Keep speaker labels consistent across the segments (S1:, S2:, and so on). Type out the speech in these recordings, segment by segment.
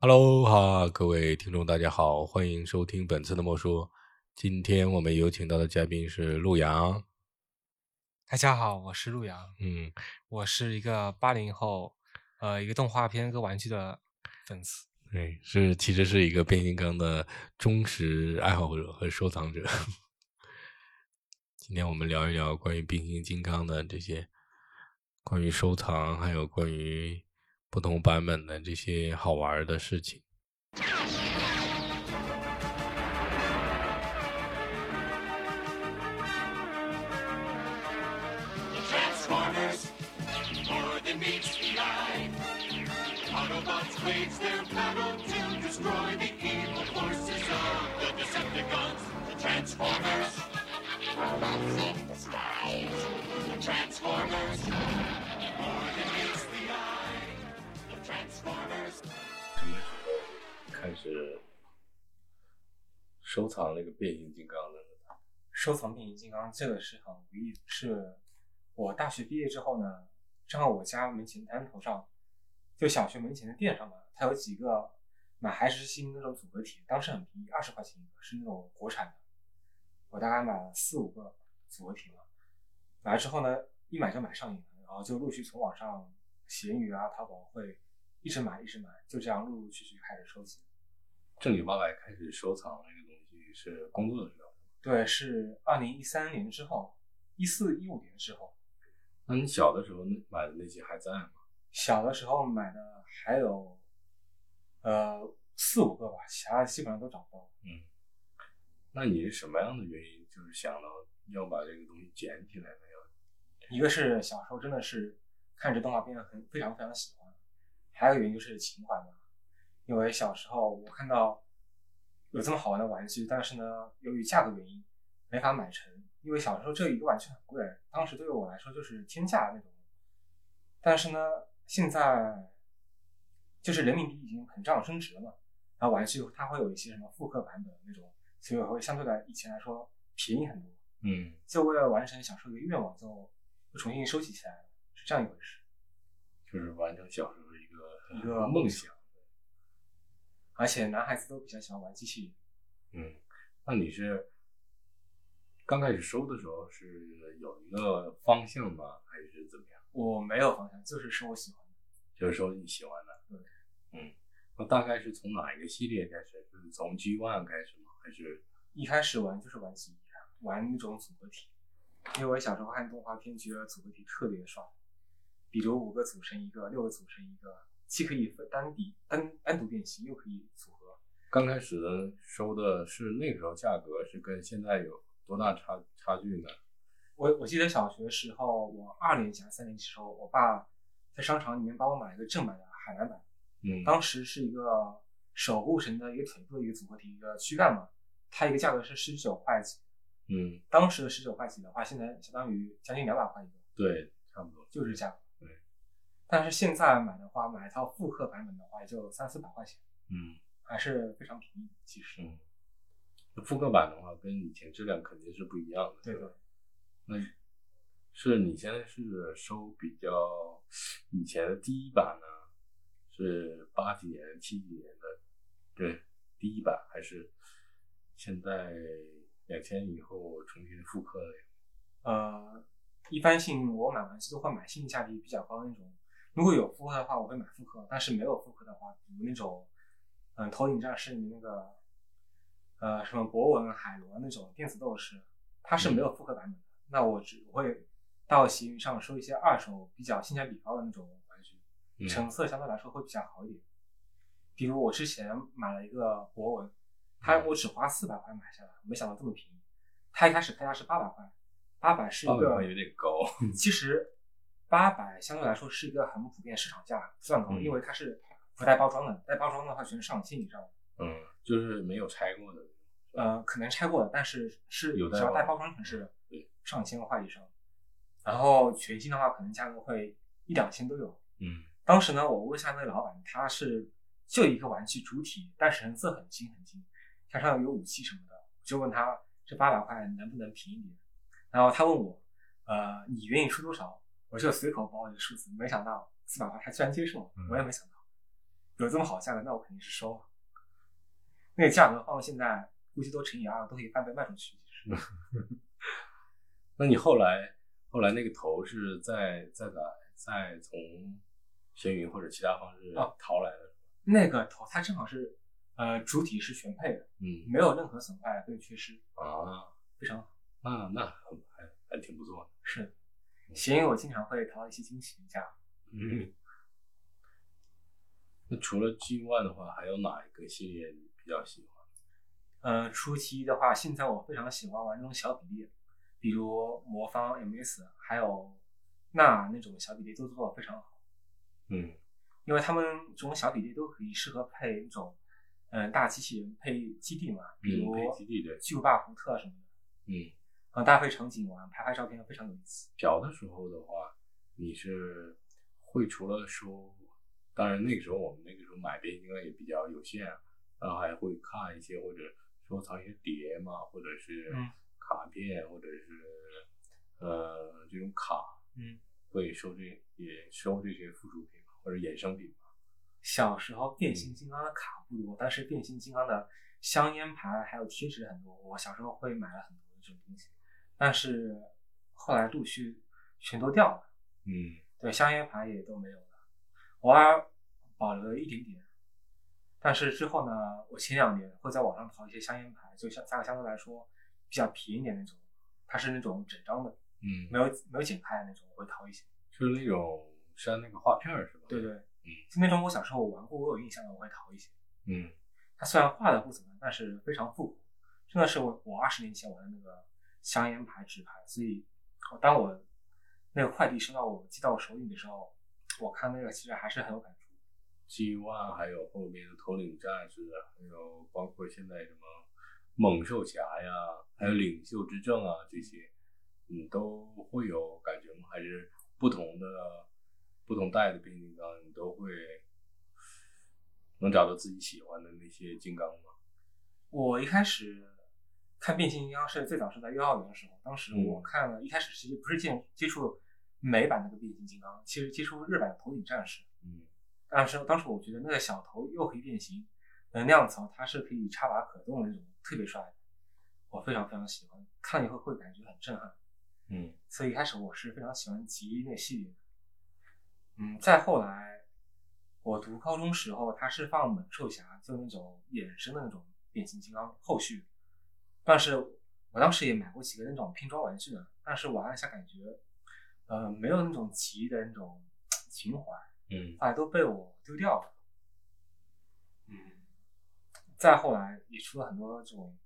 S1: Hello 哈，各位听众，大家好，欢迎收听本次的莫说。今天我们有请到的嘉宾是陆阳，
S2: 大家好，我是陆阳，
S1: 嗯，
S2: 我是一个八零后，呃，一个动画片跟玩具的粉丝。
S1: 对，是其实是一个变形金刚的忠实爱好者和收藏者。 今天我们聊一聊关于变形金刚的这些，关于收藏，还有关于不同版本的这些好玩儿的事情。
S3: Transformers, more than meets the eye. Autobots wage their battle to destroy the evil forces of the Decepticons. The Transformers, robots in disguise. The Transformers, more than meets the eye. The Transformers.
S1: 开始收藏那个变形金刚的，
S2: 收藏变形金刚这个是很无意，是我大学毕业之后呢，正好我家门前滩头上，就小学门前的店上嘛，它有几个买还是新那种组合体，当时很便宜，二十块钱一个，是那种国产的。我大概买了四五个组合体嘛，买了之后呢，一买就买上瘾了，然后就陆续从网上、闲鱼啊、淘宝会一直买一直买，就这样陆陆续续开始收集。
S1: 正经八百开始收藏这个东西是工作的时候。
S2: 对，是二零一三年之后，一四一五年之后，
S1: 那你小的时候那买的那些还在吗？
S2: 小的时候买的还有，呃，四五个吧，其他的基本上都找不到。
S1: 那你是什么样的原因，就是想到要把这个东西捡起来呢？要
S2: 一个是小时候真的是看着动画片很非常非常喜欢，还有一个原因就是情怀嘛，因为小时候我看到有这么好玩的玩具，但是呢，由于价格原因没法买成，因为小时候这一个玩具很贵，当时对于我来说就是天价那种。但是呢，现在就是人民币已经很涨升值了嘛，然后玩具它会有一些什么复刻版本那种，所以我会相对来以前来说便宜很多。
S1: 嗯，
S2: 就为了完成小时候的愿望，就又重新收集起来了，是这样一回事。
S1: 就是完成小时候一个
S2: 一个
S1: 梦想。
S2: 而且男孩子都比较喜欢玩机器人，
S1: 嗯，那你是刚开始收的时候是有一个方向吗？还是怎么样？
S2: 我没有方向，就是是我喜欢的。
S1: 就是说你喜欢的？
S2: 对。
S1: 嗯，那大概是从哪一个系列开始？是从 G One 开始吗？还是
S2: 一开始玩就是玩机，玩那种组合体，因为我小时候看动画片，觉得组合体特别爽，比如五个组成一个，六个组成一个，既可以分单体单单独变形，又可以组合。
S1: 刚开始的收的是那个时候价格是跟现在有多大差差距呢？
S2: 我我记得小学时候，我二年级、还是三年级时候，我爸在商场里面帮我买了一个正版的海南版。
S1: 嗯，
S2: 当时是一个守护神的一个腿部的一个组合体一个躯干嘛，它一个价格是十九块几，
S1: 嗯，
S2: 当时的十九块几的话，现在相当于将近两百块一个，
S1: 对，差不多。
S2: 就这个价格。
S1: 对。
S2: 但是现在买的话，买一套复刻版本的话，也就三四百块钱，
S1: 嗯。
S2: 还是非常便宜的。其实，
S1: 嗯，复刻版的话，跟以前质量肯定是不一样的。
S2: 对
S1: 是吧
S2: 对，
S1: 那是你现在是收比较以前的第一版呢，是八几年、七几年的，对，第一版还是现在两千以后重新复刻的？
S2: 呃，一般性我买玩具都会买性价比比较高的那种，如果有复刻的话，我会买复刻；但是没有复刻的话，比如那种，嗯，投影战士里面那个，呃，什么博文、海螺那种电子斗士，它是没
S1: 嗯
S2: 有复刻版本的。那我只会到闲鱼上收一些二手比较性价比高的那种玩具，
S1: 嗯
S2: 成色相对来说会比较好一点。比如我之前买了一个博文，它
S1: 嗯
S2: 我只花四百块买下来，没想到这么便宜。它一开始开价是八百块，八百是一
S1: 八百
S2: 个
S1: 块有点高。
S2: 其实八百相对来说是一个很普遍市场价，不算高，
S1: 嗯
S2: 因为它是不带包装的，带包装的话全是上千以上，
S1: 嗯，就是没有拆过的。
S2: 呃，可能拆过的，但是是
S1: 有带
S2: 只要
S1: 包
S2: 带包装全是
S1: 对
S2: 上千块以上，然后全新的话可能价格会一两千都有。
S1: 嗯
S2: 当时呢，我问下那个老板，他是就一个玩具主体，但成色很轻很轻，加上有武器什么的，我就问他这八百块能不能便宜点。然后他问我，呃，你愿意出多少？我就随口报了一个数字，没想到四百块他居然接受了
S1: 嗯，
S2: 我也没想到。有这么好价格，那我肯定是收啊。那个价格放到现在，估计都乘以二，都可以翻倍卖出去。其实
S1: 那你后来后来那个头是再再来再从闲云或者其他方式
S2: 哦
S1: 淘来的？
S2: 那个头它正好是，呃，主体是全配的，
S1: 嗯
S2: 没有任何损坏跟缺失，
S1: 啊，
S2: 非常好。
S1: 那那很还还挺不错的。
S2: 是，闲鱼我经常会淘到一些惊喜的价，
S1: 嗯，那除了 G One 的话，还有哪一个系列你比较喜欢？
S2: 呃，初期的话，现在我非常喜欢玩那种小比例，比如魔方 MS，还有那那种小比例都做的非常好，
S1: 嗯
S2: 因为他们这种小比例都可以适合配那种，嗯、大机器人配基地嘛，比
S1: 嗯，
S2: 如
S1: 北极地对，
S2: 巨无霸福特什么的，
S1: 嗯，
S2: 然后搭配场景玩，拍拍照片非常有意思。
S1: 小的时候的话，你是会除了收，当然那个时候我们那个时候买变形金刚也比较有限，然后还会看一些或者收藏一些碟嘛，或者是
S2: 嗯
S1: 卡片，或者是呃这种卡，
S2: 嗯，
S1: 会收这也收这些附属品嘛，或者衍生品嘛。
S2: 小时候变形金刚的卡不多，但是变形金刚的香烟牌还有贴纸很多，我小时候会买了很多这种东西，但是后来陆续全都掉了。
S1: 嗯，
S2: 对，香烟牌也都没有了，偶尔保留了一点点。但是之后呢，我前两年会在网上淘一些香烟牌，就像价格相对来说比较便宜一点那种，它是那种整张的，
S1: 嗯
S2: 没有没有剪开的那种，我会淘一些。
S1: 就是那种删那个画片儿是吧？
S2: 对，对，嗯，就那种我小时候我玩过，我有印象的，我会淘一些。
S1: 嗯
S2: 它虽然画的不怎么样，但是非常复古，真的是我我二十年前玩的那个香烟牌纸牌，所以我当我那个快递收到我寄到我手里的时候，我看那个其实还是很有感触。
S1: ，G One 还有后面的头领战士，还有包括现在什么猛兽侠呀，还有领袖之证啊这些，你都会有感觉吗？还是不同的不同代的变形金刚，你都会能找到自己喜欢的那些金刚吗？
S2: 我一开始看变形金刚是最早是在幼儿园的时候，当时我
S1: 嗯
S2: 看了一开始其实不是接接触美版那个变形金刚，其实接触日版的头领战士。
S1: 嗯
S2: 当时当时我觉得那个小头又可以变形，能量槽它是可以插拔可动的那种，特别帅，我非常非常喜欢，看以后会感觉很震撼。
S1: 嗯
S2: 所以一开始我是非常喜欢吉那系列的。嗯，再后来，我读高中时候，它是放猛兽侠，就那种衍生的那种变形金刚后续。但是我当时也买过几个那种拼装玩具的，但是玩了一下感觉，呃，没有那种吉的那种情怀，
S1: 嗯
S2: 后来都被我丢掉了。嗯，再后来也出了很多这种，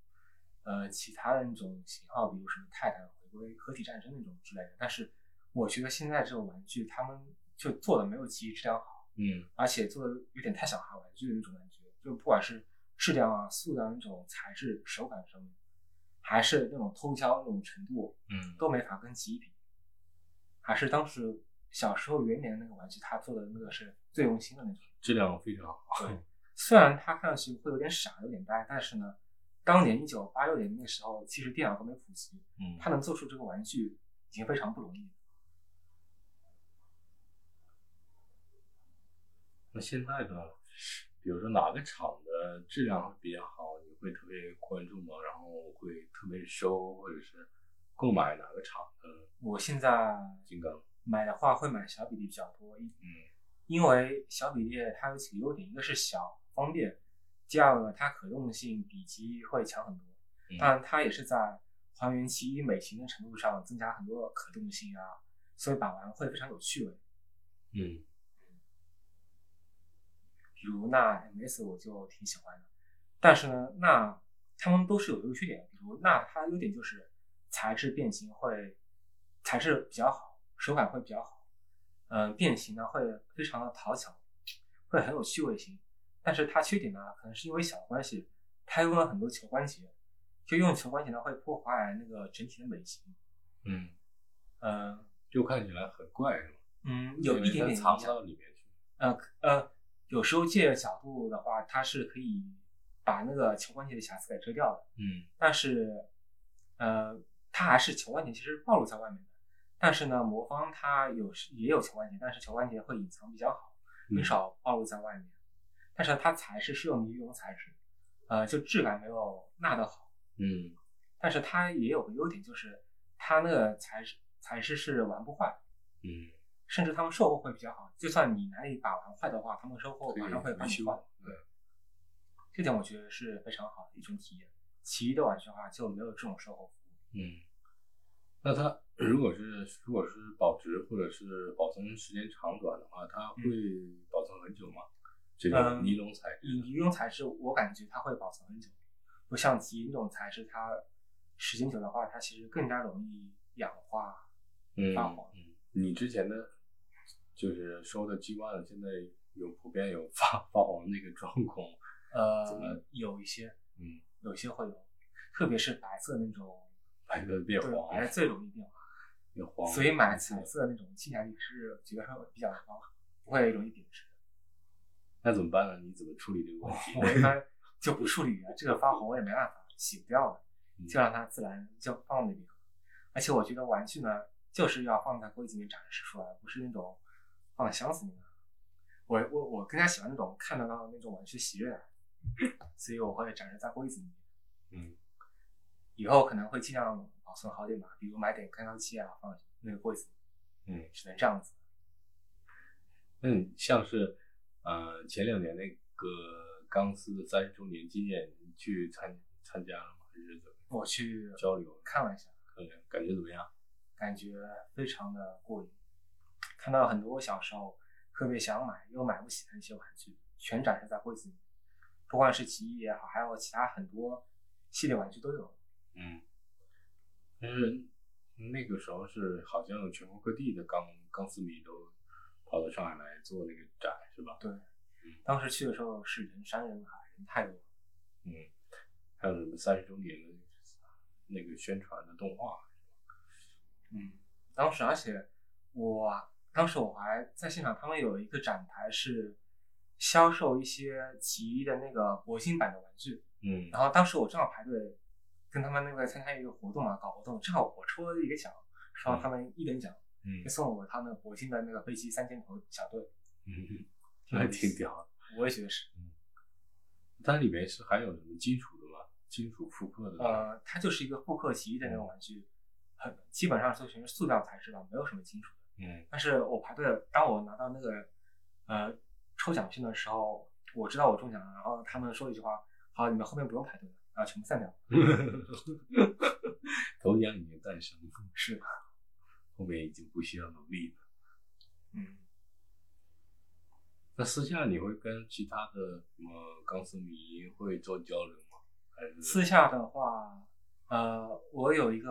S2: 呃，其他的那种型号，比如什么泰坦回归、合体战争那种之类的。但是我觉得现在这种玩具，他们就做的没有记忆质量好，
S1: 嗯
S2: 而且做的有点太小孩玩具的那种感觉，就不管是质量啊、塑料那种材质、手感上面，还是那种偷销那种程度，
S1: 嗯
S2: 都没法跟极比，还是当时小时候元年那个玩具，他做的那个是最用心的 那种。
S1: 质量非常好。
S2: 虽然它看上去会有点傻，有点呆，但是呢，当年一九八六年那个时候，其实电脑都没普及，
S1: 嗯
S2: 他能做出这个玩具已经非常不容易了。
S1: 那现在呢，比如说哪个厂的质量比较好，你会特别关注吗？然后会特别收或者是购买哪个厂的
S2: 我现在
S1: 金刚？
S2: 买的话会买小比例比较多，因
S1: 嗯
S2: 因为小比例它有几个优点，一个是小方便，第二个它可动性比机会强很多。
S1: 嗯
S2: 当然，它也是在还原其一美型的程度上增加很多可动性啊，所以把玩会非常有趣味。
S1: 嗯
S2: 比如那 MS 我就挺喜欢的，但是呢，那它们都是有优缺点。比如那它的优点就是材质变形会材质比较好，手感会比较好，嗯、变形呢会非常的讨巧，会很有趣味性。但是它缺点呢，可能是因为小的关系，它用了很多球关节，就用球关节呢会破坏那个整体的美型。
S1: 嗯，
S2: 嗯、
S1: 就看起来很怪是吗？
S2: 嗯，有一点
S1: 因为
S2: 点
S1: 它
S2: 影
S1: 藏
S2: 响
S1: 不。到里面去。
S2: 呃呃，有时候借角度的话，它是可以把那个球关节的瑕疵给遮掉的，
S1: 嗯
S2: 但是呃，它还是球关节其实暴露在外面的。但是呢，魔方它有时也有球关节，但是球关节会隐藏比较好，很
S1: 嗯
S2: 少暴露在外面。但是它材质是用尼龙材质，呃，就质感没有钠的好，
S1: 嗯
S2: 但是它也有个优点，就是它那个材质材质是玩不坏，
S1: 嗯，
S2: 甚至他们售后会比较好。就算你哪里把玩坏的话，他们售后马上会帮你换。
S1: 嗯对，
S2: 这点我觉得是非常好的一种体验。其余的玩具的话就没有这种售后服务。
S1: 嗯，那它如果是如果是保值或者是保存时间长短的话，它会保存很久吗？这种
S2: 嗯
S1: 尼龙材质
S2: 以
S1: 的，
S2: 尼龙材质，我感觉它会保存很久，不像极那种材质，它时间久的话，它其实更加容易氧化。
S1: 嗯
S2: 发黄
S1: 嗯，你之前的就是收的鸡冠，现在有普遍有发 发黄那个状况吗，怎么
S2: 呃，有一些，
S1: 嗯，
S2: 有一些会有，特别是白色那种，
S1: 白的变
S2: 对，
S1: 黄，
S2: 白最容易变化。
S1: 变黄，嗯
S2: 所以买彩色的那种性价比是觉得比较高，不会容易贬值。
S1: 那怎么办呢？你怎么处理这个问题？
S2: 我一般就不处理啊，这个发红我也没办法，洗不掉了，
S1: 嗯
S2: 就让它自然就放那里。而且我觉得玩具呢，就是要放在柜子里面展示出来，不是那种放在箱子里面。我我我更加喜欢那种看得到那种玩具的喜悦感，所以我会展示在柜子里面。
S1: 嗯，
S2: 以后可能会尽量保存好点吧，比如买点干燥剂啊，放那个柜子里。
S1: 嗯，
S2: 只能这样子。
S1: 那你像是呃前两年那个钢丝三十周年纪念，你去参参加了吗？还是怎么
S2: 我去
S1: 交流
S2: 看了一下，
S1: 看看感觉怎么样？
S2: 感觉非常的过瘾，看到很多我小时候特别想买又买不起的那些玩具，全展示在柜子里面，不管是奇异也好，还有其他很多系列玩具都有。
S1: 嗯，但是那个时候是好像全国各地的钢钢丝迷都跑到上海来做那个展是吧？
S2: 当时去的时候是人山人海，人太多了。
S1: 嗯，还有什么三十周年的那个宣传的动画，
S2: 嗯，当时而且我当时我还在现场，他们有一个展台是销售一些奇异的那个铂金版的玩具，
S1: 嗯
S2: 然后当时我正好排队跟他们那个参加一个活动嘛，搞活动，正好我抽了一个奖，然后他们一等奖
S1: 嗯
S2: 就送我他们铂金的那个飞机三箭头小队，
S1: 嗯， 那还挺屌的。
S2: 我也觉得是，
S1: 它嗯里面是含有什么金属的吗？金属复刻的？，
S2: 呃，它就是一个复刻奇异的那种玩具，很基本上就全是塑料材质吧，没有什么金属的。
S1: 嗯
S2: 但是我排队，当我拿到那个呃抽奖券的时候，我知道我中奖了，然后他们说一句话，好，你们后面不用排队了，然后全部散掉。，
S1: 头奖已经诞生了，
S2: 是，
S1: 后面已经不需要努力了。
S2: 嗯，
S1: 那私下你会跟其他的什么钢丝迷会做交流吗？还是
S2: 私下的话，呃，我有一个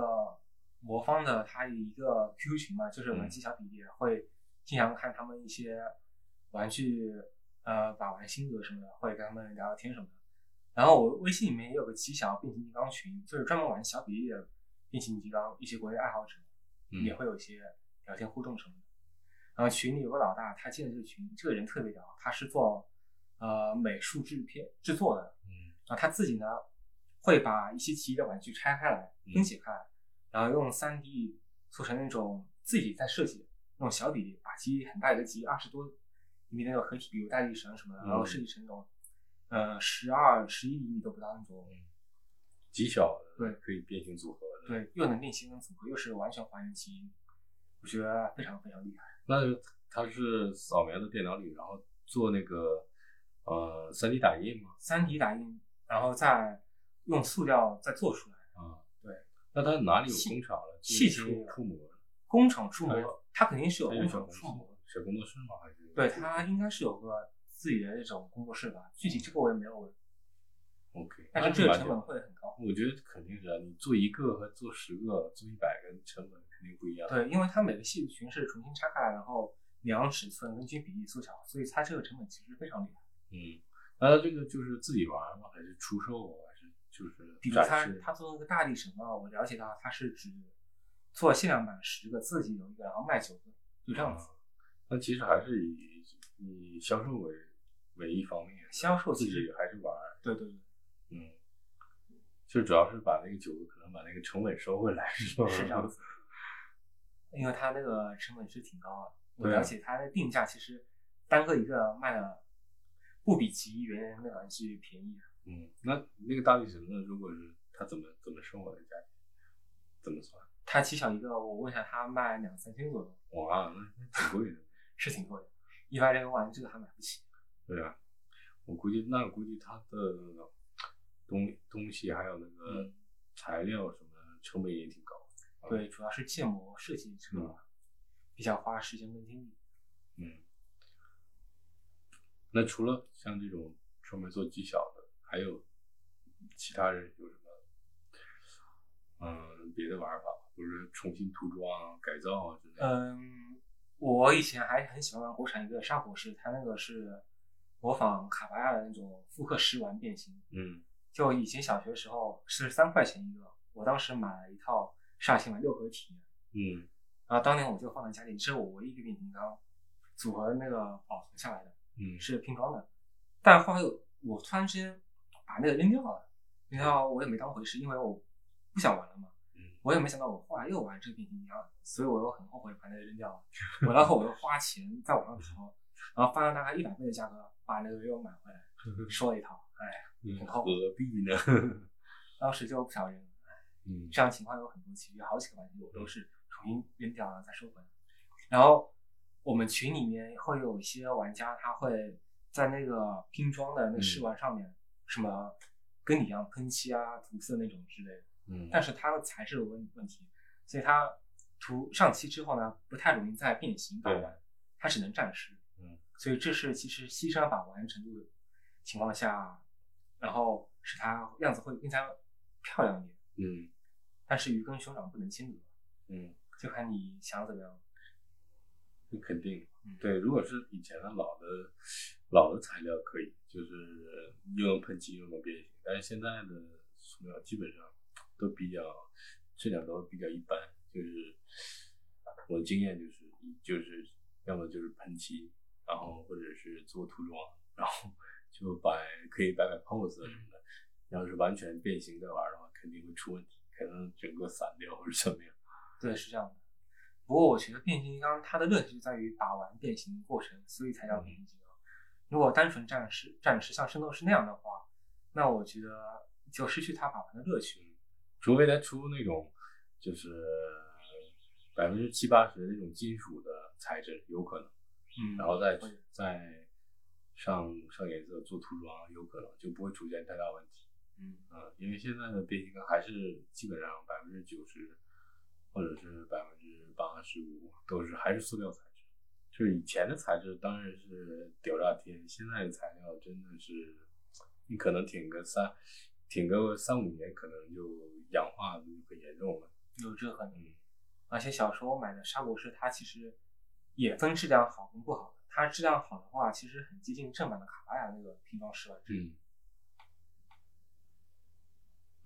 S2: 魔方的，他一个 QQ 群嘛，就是玩具小比例，会经常看他们一些玩具呃把玩心得什么的，会跟他们聊聊天什么的。然后我微信里面也有个极小变形金刚群，就是专门玩小比例的变形金刚，一些国内爱好者、也
S1: 嗯
S2: 会有一些聊天互动什么的。然后群里有个老大，他进了这个群，这个人特别屌，他是做呃美术制片制作的，
S1: 嗯
S2: 然后他自己呢会把一些奇异的玩具拆开来
S1: 嗯
S2: 分解开来，然后用 3D 做成那种自己在设计那种小比例，把机很大一个机二十多厘米那种合体，比如大力神什么的，
S1: 嗯
S2: 然后设计成那种呃十二、十一厘米都不到那
S1: 嗯
S2: 种，
S1: 极小的，
S2: 对，
S1: 可以变形组合的。，
S2: 对，又能变形能组合，又是完全还原基因，我觉得非常非常厉害。
S1: 那它是扫描到电脑里，然后做那个呃 3D 打印吗？
S2: 3D 打印，然后再用塑料再做出来，
S1: 啊，
S2: 对。
S1: 那它哪里有
S2: 细
S1: 工厂了？就是
S2: 细节
S1: 触触摸，
S2: 工厂触
S1: 哎
S2: 摸，它肯定是有
S1: 这
S2: 工
S1: 是小
S2: 厂
S1: 工
S2: 触摸。
S1: 小工作室吗？还是
S2: 对他应该是有个自己的这种工作室吧，具体这个我也没有问，
S1: OK，
S2: 但是
S1: 那
S2: 这个
S1: 蛮
S2: 成
S1: 屌
S2: 本会很高。
S1: 我觉得肯定是啊，你做一个和做十个、做一百个成本肯定不一样。，
S2: 对，因为它每个细群是重新拆开来，然后量尺寸、根据比例缩小，所以它这个成本其实非常厉害。
S1: 嗯，那他这个就是自己玩吗？还是出售啊？还是就是
S2: 比如
S1: 展
S2: 它
S1: 示？
S2: 它做那个大力神啊，我了解到它是只做限量版十个，自己有一个，然后卖九个，就这样子。
S1: 啊那其实还是以以销售为为一方面，
S2: 销售
S1: 自
S2: 其
S1: 己
S2: 实
S1: 还是玩，
S2: 对对对，
S1: 嗯，就主要是把那个酒可能把那个成本收回来，是吧？
S2: 是这样子。因为它那个成本是挺高的，我
S1: 对啊
S2: 了解它的定价其实单个一个卖了，不比其原来那玩具便宜啊。
S1: 嗯，那那个大力神呢？如果是他怎么怎么生活的价钱，怎么算？
S2: 他起小一个，我问一下，他卖两三千左右，
S1: 哇，啊那那挺贵的，
S2: 是挺贵的。一般这个玩具还买不起。
S1: 对啊，我估计那估计他的东东西还有那个
S2: 嗯
S1: 材料什么成本也挺高。
S2: 对，主要是建模设计这个
S1: 嗯
S2: 比较花时间跟精力。
S1: 嗯，那除了像这种专门做技巧的，还有其他人有什么嗯别的玩法吗？比如说重新涂装啊、改造啊之类的。
S2: 嗯，我以前还很喜欢玩国产一个沙火式，它那个是模仿卡巴亚的那种复刻石丸变形。
S1: 嗯
S2: 就以前小学时候是三块钱一个，我当时买了一套煞星丸六合体，
S1: 嗯
S2: 然后当年我就放在家里，这是我唯一一个变形金刚组合那个保存下来的，
S1: 嗯
S2: 是拼装的。但后来我突然之间把那个扔掉了，扔掉我也没当回事，因为我不想玩了嘛。
S1: 嗯
S2: 我也没想到我后来又玩这个变形金刚，所以我又很后悔把那个扔掉了。我然后我又花钱在网上淘，然后翻了大概一百倍的价格把那个又买回来，收了一套。哎，
S1: 嗯，
S2: 很厚
S1: 何必呢？
S2: 当时就不想扔。
S1: 嗯
S2: 这样情况有很多，其实有好几个玩具我都是重新扔掉然后再收回来。然后我们群里面会有一些玩家，他会在那个拼装的那个试玩上面，什么跟你一样喷漆啊、涂色那种之类的，
S1: 嗯，
S2: 但是它的材质有问问题，所以它涂上漆之后呢，不太容易再变形把玩，它只能暂时。
S1: 嗯，
S2: 所以这是其实牺牲把玩程度的情况下，然后使它样子会更加漂亮一点。
S1: 嗯
S2: 但是鱼跟熊掌不能兼得，
S1: 嗯。
S2: 就看你想怎么样。
S1: 那肯定
S2: 嗯，
S1: 对，如果是以前的老的老的材料可以，就是又能喷漆又能变形，但是现在的塑料基本上都比较质量都比较一般，就是我的经验就是就是要么就是喷漆，然后或者是做涂装，然后 就摆可以摆摆 pose 什么的，要是完全变形再玩的话，肯定会出问题，可能整个散掉或者怎么样。
S2: 对，是这样的。不过我觉得变形金刚它的乐趣就在于把玩变形过程，所以才叫变形金刚。如果单纯战士战士像圣斗士那样的话，那我觉得就失去它把玩的乐趣。
S1: 除非他出那种就是百分之七八十那种金属的材质，有可能，
S2: 嗯
S1: 然后再
S2: 会
S1: 再上上颜色做涂装，有可能就不会出现太大问题。
S2: 嗯
S1: 嗯，因为现在的变形金刚还是基本上百分之九十或者是百分之八十五都是还是塑料材质，就是以前的材质当然是屌炸天，现在的材料真的是你可能挺个三挺个三五年，可能就氧化就很严重了。
S2: 有这个可能。
S1: 嗯
S2: 而且小时候买的沙博士，它其实也分质量好跟不好的。它质量好的话，其实很接近正版的卡巴亚那个拼装石丸制。
S1: 嗯。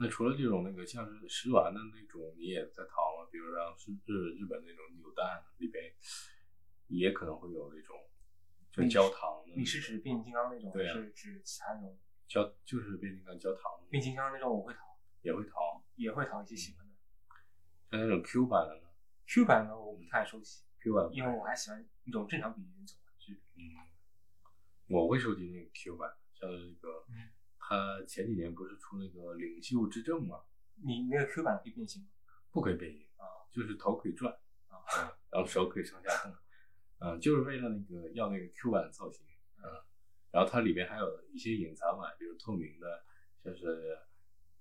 S1: 那除了这种那个像是食玩的那种，你也在淘吗？比如像是日日本那种扭蛋里边，也可能会有那种就
S2: 你
S1: 焦
S2: 是
S1: 糖的那种。
S2: 你是指变形金刚那种，还
S1: 对啊
S2: 是指其他那种？
S1: 焦就是变形金刚焦糖的
S2: 变形金刚那种我会淘，
S1: 也会淘，
S2: 也会淘一些喜欢的。
S1: 像那种 Q 版的呢
S2: Q 版的我不太熟悉，
S1: ，Q 版
S2: 因为我还喜欢那种正常比例那种玩具。
S1: 嗯，我会收集那个 Q 版，像那个
S2: 嗯
S1: 他前几年不是出那个领袖之证嘛，
S2: 你那个 Q 版可以变形吗？
S1: 不可以变形啊，就是头可以转啊， 然后手可以上下蹬，嗯，就是为了那个要那个 Q 版造型，嗯，然后它里边还有一些隐藏版，比如透明的，像是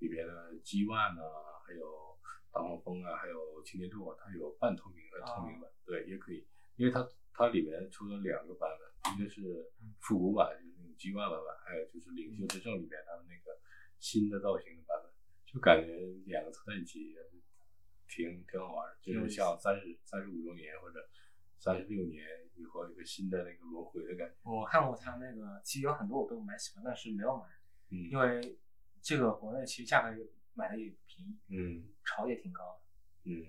S1: 里边的 G One 呢，还有大黄蜂啊，还有擎天柱，啊，它有半透明和透明版，对，也可以，因为它它里面出了两个版本，一个是复古版，就是那种 G One 版本，还有就是领袖之证里面它的那个新的造型的版本。就感觉两个凑在一起挺挺好玩儿，就
S2: 有
S1: 是
S2: 意思
S1: 像三十三十五周年或者三十六年以后一个新的那个轮回的感觉。
S2: 我看过它那个，其实有很多我都蛮喜欢，但是没有买，因
S1: 嗯
S2: 为这个国内其实价格也买的也不便宜，
S1: 嗯
S2: 炒也挺高的。
S1: 嗯，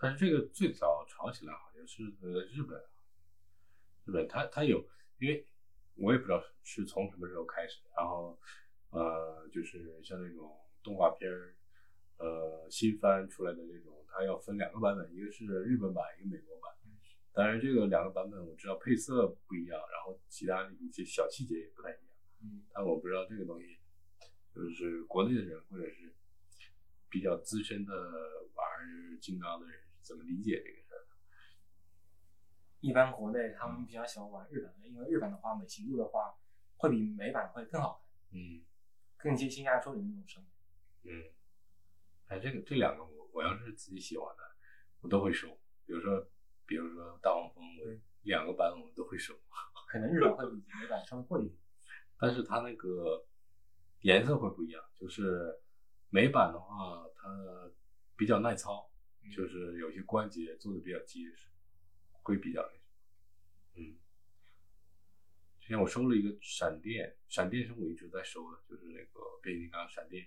S1: 但是这个最早炒起来好像是呃日本，日本它它有，因为我也不知道是是从什么时候开始，然后呃就是像那种动画片儿。呃，新番出来的那种，它要分两个版本，一个是日本版，一个美国版。当然，这个两个版本我知道配色不一样，然后其他一些小细节也不太一样。
S2: 嗯，
S1: 但我不知道这个东西，就是国内的人或者是比较资深的玩金刚的人是怎么理解这个事儿的？
S2: 一般国内他们比较喜欢玩日版的，因为日版的话美其度的话会比美版会更好看，
S1: 嗯
S2: 更接近亚洲人的那种审美。
S1: 嗯，哎，这个这两个我我要是自己喜欢的，我都会收。比如说，比如说大黄蜂，我两个版本我都会收，
S2: 可能日版会比美版稍微贵一点。
S1: 但是它那个颜色会不一样。就是美版的话，它比较耐操，就是有些关节做的比较结实，会比较那什么。嗯，之前我收了一个闪电，闪电是我一直在收的，就是那个变形金刚闪电，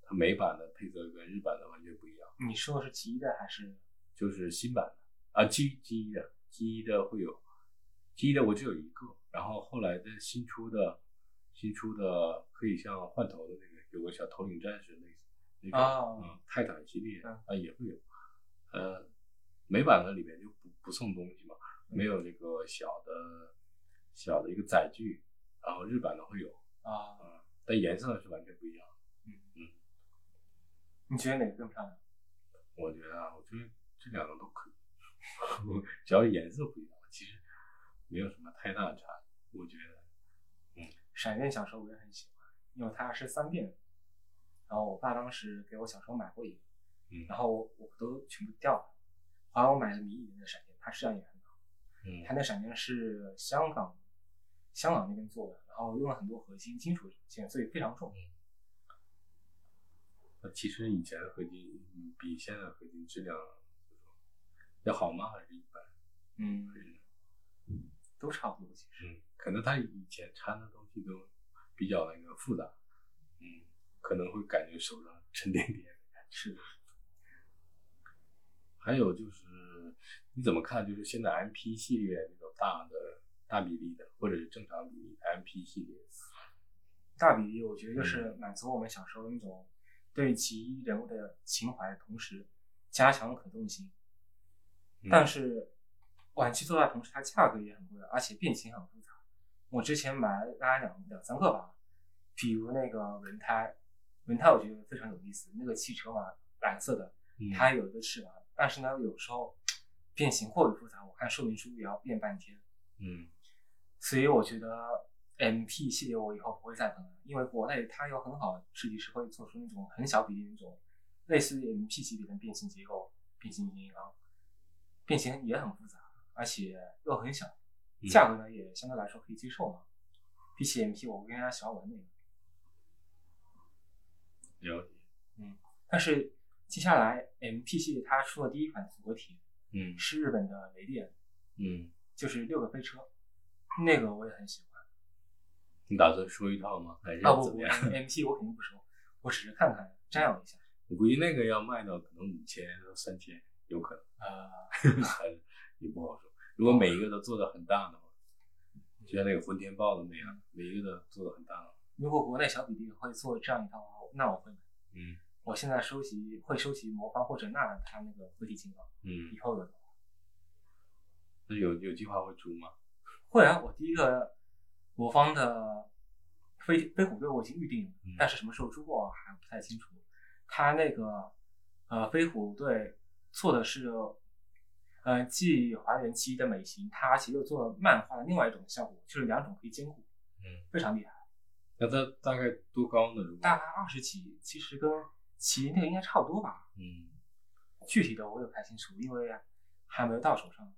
S1: 它美版的配色跟日版的完全不一样，
S2: 你说的是其一代还是？
S1: 就是新版的啊，G G 一的 G 一的会有，G 一的我只有一个，然后后来的新出的新出的可以像换头的那个有个小头领战士类似那个、
S2: 哦
S1: 嗯泰坦系列
S2: 嗯
S1: 啊、也会有，呃，美版的里面就不不送东西嘛，没有那个小的小的一个载具，然后日版的会有，
S2: 啊、嗯
S1: 嗯，但颜色是完全不一样的。
S2: 你觉得哪个更漂亮？
S1: 我觉得啊，我觉得这两个都可以， 只要是颜色不一样，其实没有什么太大的差异。我觉得，
S2: 闪电小时候我也很喜欢，因为它是三电的。然后我爸当时给我小时候买过一个，
S1: 嗯
S2: 然后我我都全部掉了。后来我买了迷你的那闪电，它质量也很好。
S1: 嗯
S2: 它那闪电是香港香港那边做的，然后用了很多合金金属零件，所以非常重。
S1: 那其实以前的合金嗯比现在的合金质量要好吗？还是一般？
S2: 嗯，都差不多其实。
S1: 嗯，可能他以前掺的东西都比较那个复杂，嗯，可能会感觉手上沉甸甸的感觉。
S2: 是，
S1: 还有就是你怎么看？就是现在 MP 系列那种大的大比例的，或者是正常比例的 MP 系列，
S2: 大比例我觉得就是满足我们小时候那种对其一人物的情怀的同时，加强了可动性。
S1: 嗯
S2: 但是晚期做大同时，它价格也很贵，而且变形很复杂。我之前买了大概两两三个吧，比如那个轮胎，轮胎我觉得非常有意思，那个汽车嘛，蓝色的，
S1: 嗯
S2: 它有一个翅膀，但是呢，有时候变形过于复杂，我看说明书也要变半天。
S1: 嗯
S2: 所以我觉得 MP 系列我以后不会再碰了，因为国内它有很好的设计师会做出那种很小比例那种类似于 MP 系列的变形结构、变形银行，变形也很复杂，而且又很小，
S1: 嗯
S2: 价格呢也相对来说可以接受嘛。比起 MP，我更加喜欢玩那个。
S1: 了解，
S2: 但是接下来 MP 系列它出了第一款组合体，
S1: 嗯
S2: 是日本的雷电，
S1: 嗯，
S2: 就是六个飞车，那个我也很喜欢。
S1: 你打算说一套吗？还是
S2: 啊不
S1: 怎
S2: 不
S1: 么样？
S2: ，MP 我肯定不收，我只是看看瞻仰一下。
S1: 我估计那个要卖到可能五千到三千，有可能，
S2: 呃，
S1: 还是也不好说。如果每一个都做的很大的话，就像那个混天豹的那样，每一个都做的很大的话，
S2: 如果国内小比例会做这样一套的话，那我会买。
S1: 嗯
S2: 我现在收集会收集魔方或者纳兰他那个合体金刚，
S1: 嗯
S2: 以，后有的话
S1: 那有有计划会出吗？
S2: 会啊。我第一个魔方的飞飞虎队我已经预定了，
S1: 嗯
S2: 但是什么时候出货还不太清楚。他那个呃飞虎队做的是呃既还原七的美型，它其实又做了漫画的另外一种效果，就是两种可以兼顾，
S1: 嗯，
S2: 非常厉害。
S1: 那它大概多高呢？如果
S2: 大概二十级，其实跟骑那个应该差不多吧。
S1: 嗯
S2: 具体的我也不太清楚，因为还没有到手上。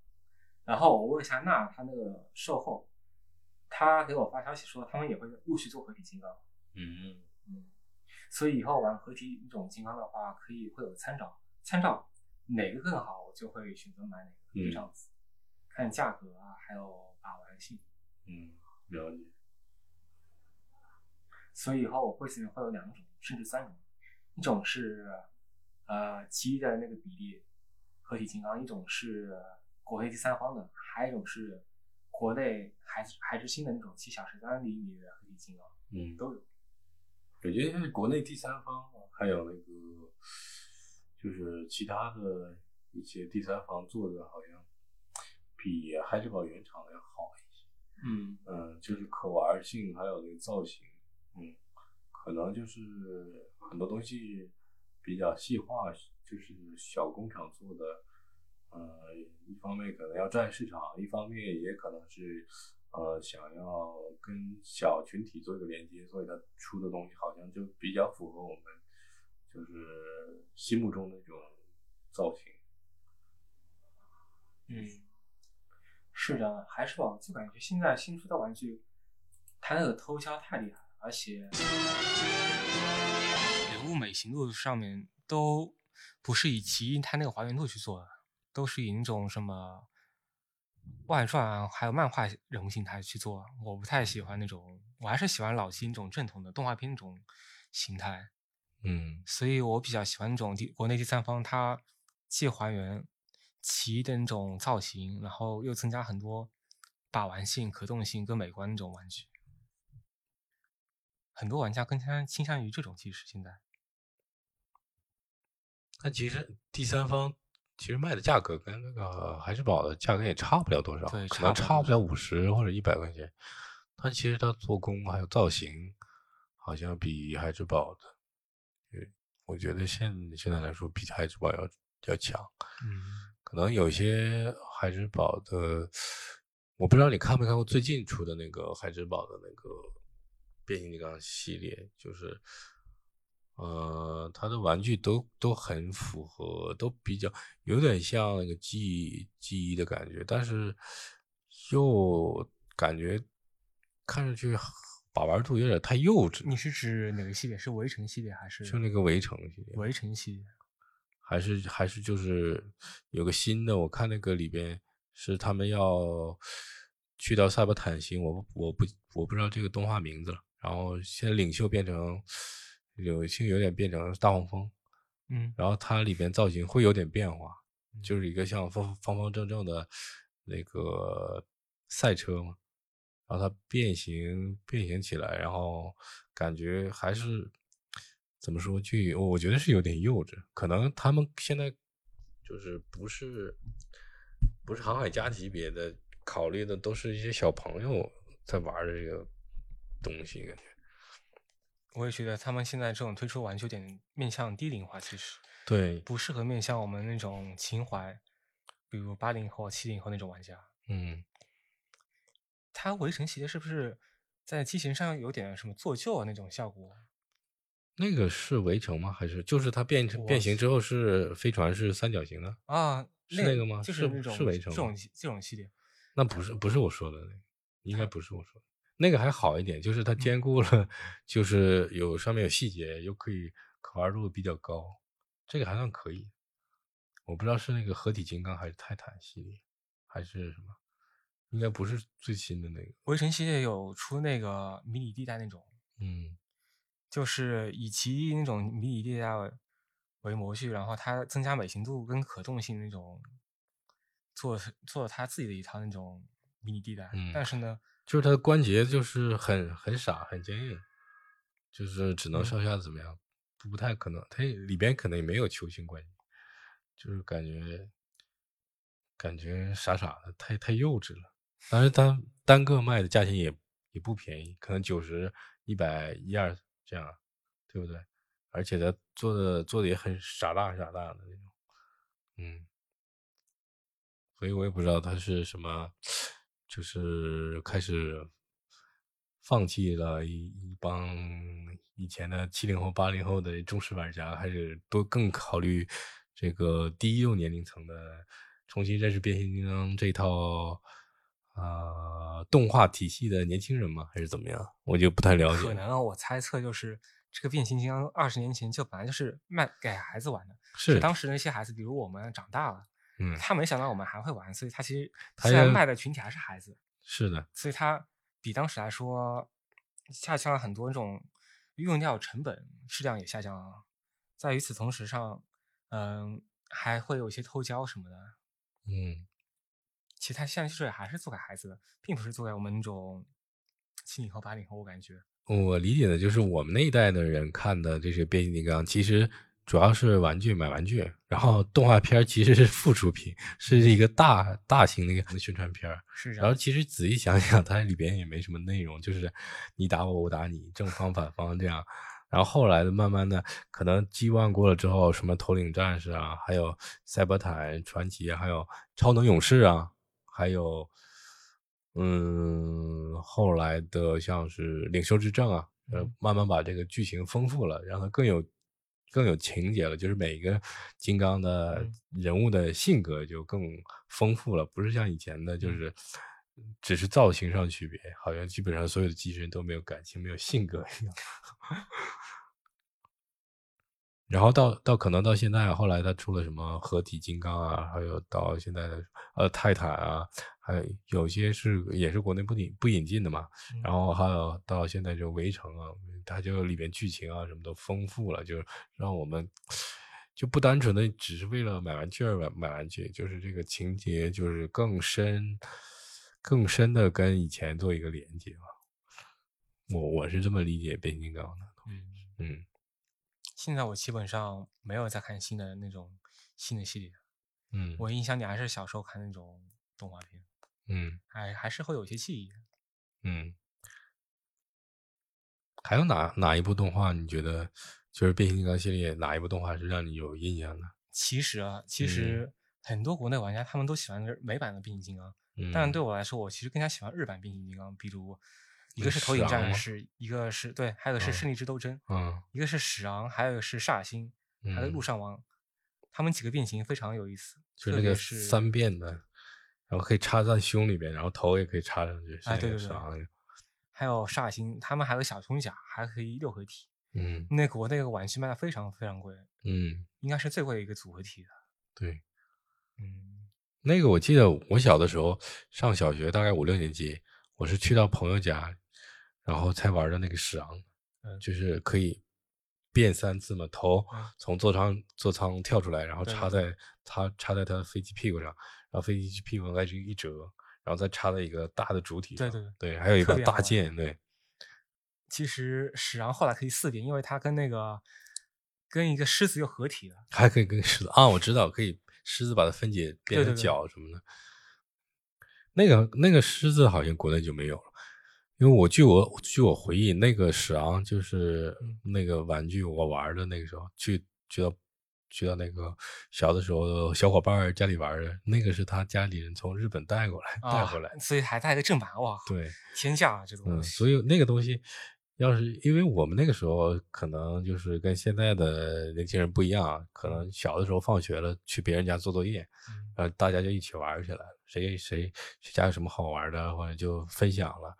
S2: 然后我问一下娜，她那个售后，她给我发消息说他们也会陆续做合体金刚，
S1: 嗯
S2: 所以以后玩合体那种金刚的话，可以会有参照，参照哪个更好，我就会选择买哪个，就
S1: 嗯
S2: 这样子，看价格啊，还有把玩性。
S1: 嗯，了解，
S2: 所以以后我会里面会有两种，甚至三种，一种是呃其一的那个比例合体金刚，一种是国内第三方的，还有一种是国内孩子孩之星的那种七小时三厘米的合体金刚
S1: 嗯，
S2: 都有。
S1: 感觉现在国内第三方还有那个，就是其他的一些第三方做的，好像比比海之宝原厂的要好一些。
S4: 嗯
S1: 嗯，就是可玩性还有那个造型，嗯，可能就是很多东西比较细化，就是小工厂做的。呃，一方面可能要占市场，一方面也可能是呃想要跟小群体做一个连接，所以它出的东西好像就比较符合我们就是心目中那种造型。
S4: 嗯，是的，还是宝就感觉现在新出的玩具，它那个偷销太厉害了，而且
S2: 人物美型度上面都不是以其一它那个还原度去做的，都是以那种什么外传啊，还有漫画人物形态去做。我不太喜欢那种，我还是喜欢老七那种正统的动画片那种形态，
S5: 嗯
S2: 所以我比较喜欢那种第国内第三方，它既还原其一的那种造型，然后又增加很多把玩性、可动性跟美观那种玩具。很多玩家更加倾向于这种技术，现在。
S5: 但其实第三方其实卖的价格跟那个海之宝的价格也差不了多少，
S2: 对
S5: 可
S2: 差
S5: 能
S2: 不了
S5: 差
S2: 多
S5: 不了五十或者一百块钱。但其实它做工还有造型，好像比海之宝的，呃我觉得现现在来说比海之宝要要强。
S2: 嗯，
S5: 可能有些海之宝的，我不知道你看没看过最近出的那个海之宝的那个变形金刚系列，就是，呃，它的玩具都都很符合，都比较有点像那个记忆记忆的感觉，但是又感觉看上去把玩度有点太幼稚，
S2: 你是指哪个系列？是围城系列还是？
S5: 就那个围城系列。
S2: 围城系列。
S5: 还是还是就是有个新的，我看那个里边是他们要去到塞伯坦星，我不我不我不知道这个动画名字了。然后现在领袖变成领袖有点变成大黄蜂，
S2: 嗯
S5: 然后它里边造型会有点变化，就是一个像方方方正正的那个赛车嘛，然后它变形变形起来，然后感觉还是怎么说，就有我觉得是有点幼稚，可能他们现在就是不是不是航海家级别的，考虑的都是一些小朋友在玩的这个东西，感觉。
S2: 我也觉得他们现在这种推出玩具有点面向低龄化，其实
S5: 对，
S2: 不适合面向我们那种情怀，比如八零后、七零后那种玩家。
S5: 嗯，
S2: 它围城系列是不是在机型上有点什么做旧啊那种效果？
S5: 那个是围城吗？还是就是它变成
S2: 我
S5: 变形之后是飞船是三角形的？
S2: 啊，
S5: 是那个吗
S2: 就是那种
S5: 是围
S2: 这
S5: 城
S2: 种
S5: 吗
S2: 系这种系列。
S5: 那不是不是我说的那个，应该不是我说的。那个还好一点，就是它兼顾了，就是有上面有细节，又可以可玩度比较高，这个还算可以。我不知道是那个合体金刚还是泰坦系列，还是什么，应该不是最新的那个。
S2: 围城系列有出那个迷你地带那种，
S5: 嗯
S2: 就是以其那种迷你地带为模具，然后它增加美型度跟可动性那种，做做了它自己的一套那种迷你地带。
S5: 嗯
S2: 但是呢，
S5: 就是它的关节就是很很傻，很坚硬，就是只能上下怎么样，不太可能。它也里边可能也没有球形关节，就是感觉感觉傻傻的，太太幼稚了。但是单单个卖的价钱也也不便宜，可能九十、一百、一二这样，对不对？而且它做的做的也很傻大傻大的那种，嗯。所以我也不知道他是什么，就是开始放弃了一一帮以前的七零后、八零后的忠实玩家，开始多更考虑这个低幼年龄层的，重新认识变形金刚这套啊、呃动画体系的年轻人吗？还是怎么样？我就不太了解
S2: 可
S5: 了。
S2: 能啊，我猜测就是这个变形金刚二十年前就本来就是卖给孩子玩的，
S5: 是，
S2: 当时那些孩子，比如我们长大了，
S5: 嗯，
S2: 他没想到我们还会玩，所以他其实
S5: 他
S2: 虽然
S5: 要
S2: 卖的群体还是孩子，
S5: 是的，
S2: 所以它比当时来说下降了很多，这种用料成本质量也下降了。在与此同时上，嗯，还会有一些偷胶什么的。
S5: 嗯
S2: 其实它现在就是还是做给孩子的，并不是做给我们那种七零后、八零后。我感觉，
S5: 我理解的就是我们那一代的人看的这些变形金刚，其实主要是玩具买玩具，然后动画片儿其实是附属品，是一个大大型的一个宣传片儿。
S2: 是这
S5: 然后
S2: 样，
S5: 其实仔细想想，它里边也没什么内容，就是你打我，我打你，正方反方这样。然后后来的慢慢的，可能 G One 过了之后，什么头领战士啊，还有赛博坦传奇，还有超能勇士啊，还有嗯后来的像是领袖之证啊，呃
S2: 嗯，
S5: 慢慢把这个剧情丰富了，让它更有更有情节了，就是每个金刚的
S2: 嗯
S5: 人物的性格就更丰富了，不是像以前的，
S2: 嗯
S5: 就是只是造型上区别，好像基本上所有的机器人都没有感情、没有性格一样。然后到到可能到现在，后来他出了什么合体金刚啊，还有到现在的呃泰坦啊，还有有些是也是国内不引不引进的嘛，然后还有到现在就围城啊，它就里面剧情啊什么都丰富了，就让我们就不单纯的只是为了买玩具而买买玩具，就是这个情节就是更深、更深的跟以前做一个连接吧。我我是这么理解变形金刚的，
S2: 嗯，
S5: 嗯，
S2: 现在我基本上没有在看新的那种新的系列，
S5: 嗯，
S2: 我印象里还是小时候看那种动画片，
S5: 嗯
S2: 还还是会有一些记忆。
S5: 嗯，还有哪哪一部动画你觉得就是变形金刚系列哪一部动画是让你有印象的？
S2: 其实啊，其
S5: 嗯
S2: 实很多国内玩家他们都喜欢的是美版的变形金刚，
S5: 嗯，
S2: 但是对我来说，我其实更加喜欢日版变形金刚，比如一个
S5: 那
S2: 是头
S5: 史
S2: 影
S5: 昂
S2: 战
S5: 吗
S2: 士，一个是对，还有一个是
S5: 嗯
S2: 胜利之斗争，
S5: 嗯
S2: 一个是史昂，还有一个是煞星，还有
S5: 嗯
S2: 陆上王，他们几个变形非常有意思，
S5: 就
S2: 特
S5: 那
S2: 别
S5: 个
S2: 是
S5: 三变的，然后可以插在胸里边，然后头也可以插上去，
S2: 哎
S5: 像一
S2: 对
S5: 个
S2: 对对
S5: 啥呀？
S2: 还有煞星，他们还有小胸甲，还可以六合体。
S5: 嗯
S2: 那国内那个玩具卖的非常非常贵，
S5: 嗯，
S2: 应该是最贵的一个组合体的。
S5: 对，
S2: 嗯，
S5: 那个我记得我小的时候上小学，大概五六年级，我是去到朋友家，然后才玩的那个史昂，
S2: 嗯
S5: 就是可以变三次嘛，头
S2: 嗯
S5: 从座舱座舱跳出来，然后
S2: 对
S5: 插在它插在它的飞机屁股上，然后飞机屁股开始一折，然后再插在一个大的主体
S2: 对
S5: 上，
S2: 对对
S5: 对，还有一
S2: 特
S5: 把
S2: 别好
S5: 大
S2: 玩
S5: 剑，对，
S2: 其实史昂后来可以四变，因为它跟那个跟一个狮子又合体了。
S5: 还可以跟狮子啊，我知道可以狮子把它分解变
S2: 对
S5: 成
S2: 对对
S5: 脚什么的。那个那个狮子好像国内就没有了，因为我据我据我回忆，那个史昂就是那个玩具，我玩的那个时候去去到去到那个小的时候小伙伴儿家里玩的，那个是他家里人从日本带过来、带
S2: 啊
S5: 回来，的，
S2: 所以还带个正版，哇，
S5: 对。
S2: 天价啊，这个
S5: 嗯，
S2: 东西。
S5: 所以那个东西，要是因为我们那个时候可能就是跟现在的年轻人不一样啊，可能小的时候放学了去别人家做作业，
S2: 嗯
S5: 然后大家就一起玩儿起来了，谁谁谁家有什么好玩的，或者就分享了，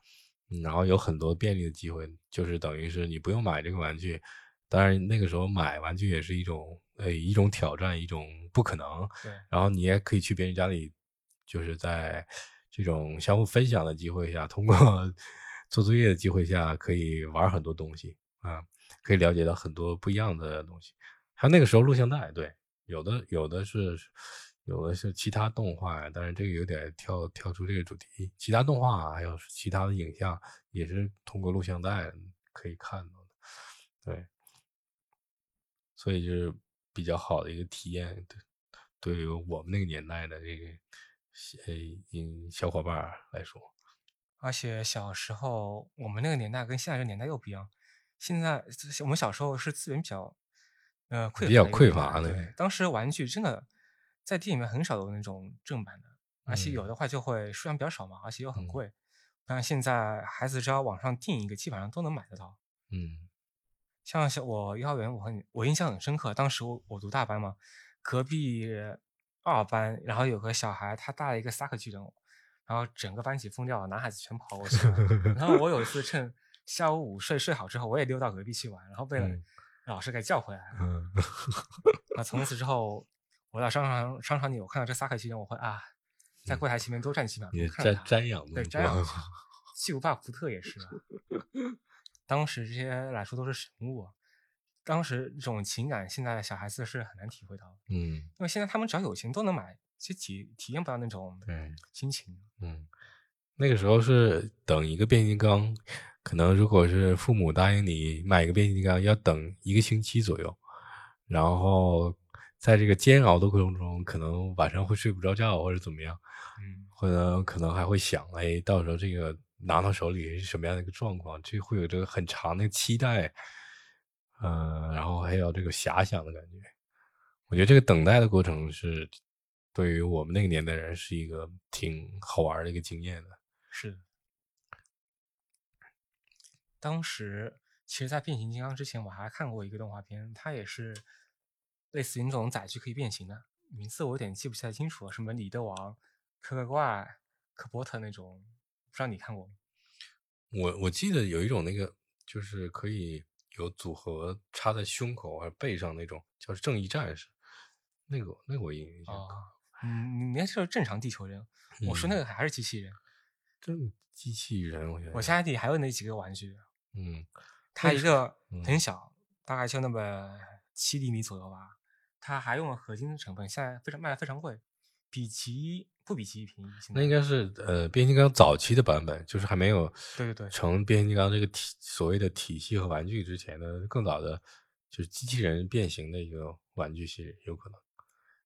S5: 嗯然后有很多便利的机会，就是等于是你不用买这个玩具，当然那个时候买玩具也是一种呃一种挑战，一种不可能，
S2: 对，
S5: 然后你也可以去别人家里，就是在这种相互分享的机会下，通过 做作业的机会下，可以玩很多东西啊，可以了解到很多不一样的东西。还有那个时候录像带，对，有的有的是有的是其他动画，但是这个有点跳跳出这个主题。其他动画啊还有其他的影像也是通过录像带可以看到的，对，所以就是比较好的一个体验。对，对于我们那个年代的这个小呃嗯小伙伴儿来说，
S2: 而且小时候我们那个年代跟现在这个年代又不一样，现在这我们小时候是资源比较呃匮乏的
S5: 比
S2: 一
S5: 较
S2: 个
S5: 匮
S2: 年
S5: 乏
S2: 代
S5: 的
S2: 对当时玩具真的在店里面很少有那种正版的，而且有的话就会数量比较少嘛，而且又很
S5: 嗯
S2: 贵。但现在孩子只要网上订一个，基本上都能买得到。
S5: 嗯
S2: 像小我幼儿园，我很我印象很深刻，当时我我读大班嘛，隔壁二班，然后有个小孩他带了一个萨克巨人偶，然后整个班级疯掉了，男孩子全跑过去了。然后我有一次趁下午午睡睡好之后，我也溜到隔壁去玩，然后被
S5: 嗯
S2: 老师给叫回来了。
S5: 嗯，
S2: 啊，从此之后，我到商场商场里，我看到这萨克巨人，我会啊，在柜台前面多站几秒钟
S5: 嗯也
S2: 看着
S5: 瞻
S2: 他。
S5: 瞻仰
S2: 对，
S5: 慕
S2: 瞻仰
S5: 光
S2: 之巨无霸福特也是啊。当时这些来说都是神物啊，当时这种情感，现在小孩子是很难体会到的，
S5: 嗯
S2: 因为现在他们只要有钱都能买，其实体体验不到那种
S5: 对
S2: 心情。
S5: 嗯，那个时候是等一个变形金刚，可能如果是父母答应你买一个变形金刚，要等一个星期左右，然后在这个煎熬的过程中，可能晚上会睡不着觉或者怎么样，
S2: 嗯，
S5: 或者可能还会想，哎，到时候这个拿到手里是什么样的一个状况？这会有这个很长的期待，嗯、然后还有这个遐想的感觉。我觉得这个等待的过程是对于我们那个年代人是一个挺好玩儿的一个经验的。
S2: 是的。当时其实，在变形金刚之前，我还看过一个动画片，它也是类似于那种载具可以变形的，名字我有点记不太清楚了，什么李德王、科克怪、科波特那种，不知道你看过吗？
S5: 我我记得有一种那个就是可以有组合插在胸口还是背上那种，叫正义战士，那个那个我印象。
S2: 啊、嗯，你那是正常地球人，我说那
S5: 嗯
S2: 个还是机器人。
S5: 正机器人，我觉得
S2: 我家里还有那几个玩具，
S5: 嗯
S2: 它一个
S5: 嗯
S2: 很小，大概就那么七厘米左右吧。它还用了合金的成分，现在非常卖的非常贵，比奇不比奇便宜。现
S5: 那
S2: 在
S5: 应该是呃变形金刚早期的版本，就是还没有
S2: 对对对
S5: 成变形金刚这个体所谓的体系和玩具之前的更早的，就是机器人变形的一个玩具系列，有可能，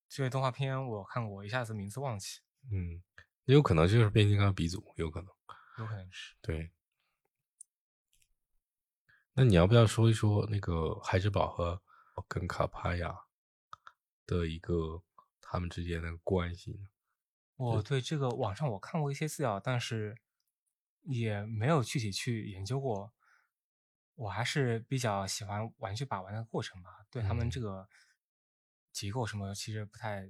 S2: 这个动画片我看过，一下子名字忘记，
S5: 嗯，也有可能就是变形金刚鼻祖，有可能。
S2: 有可能是。
S5: 对，那你要不要说一说那个孩之宝和跟卡帕亚的一个他们之间的关系呢？
S2: 我对这个网上我看过一些资料，但是也没有具体去研究过。我还是比较喜欢玩具把玩的过程吧，对他们
S5: 嗯
S2: 这个结构什么其实不太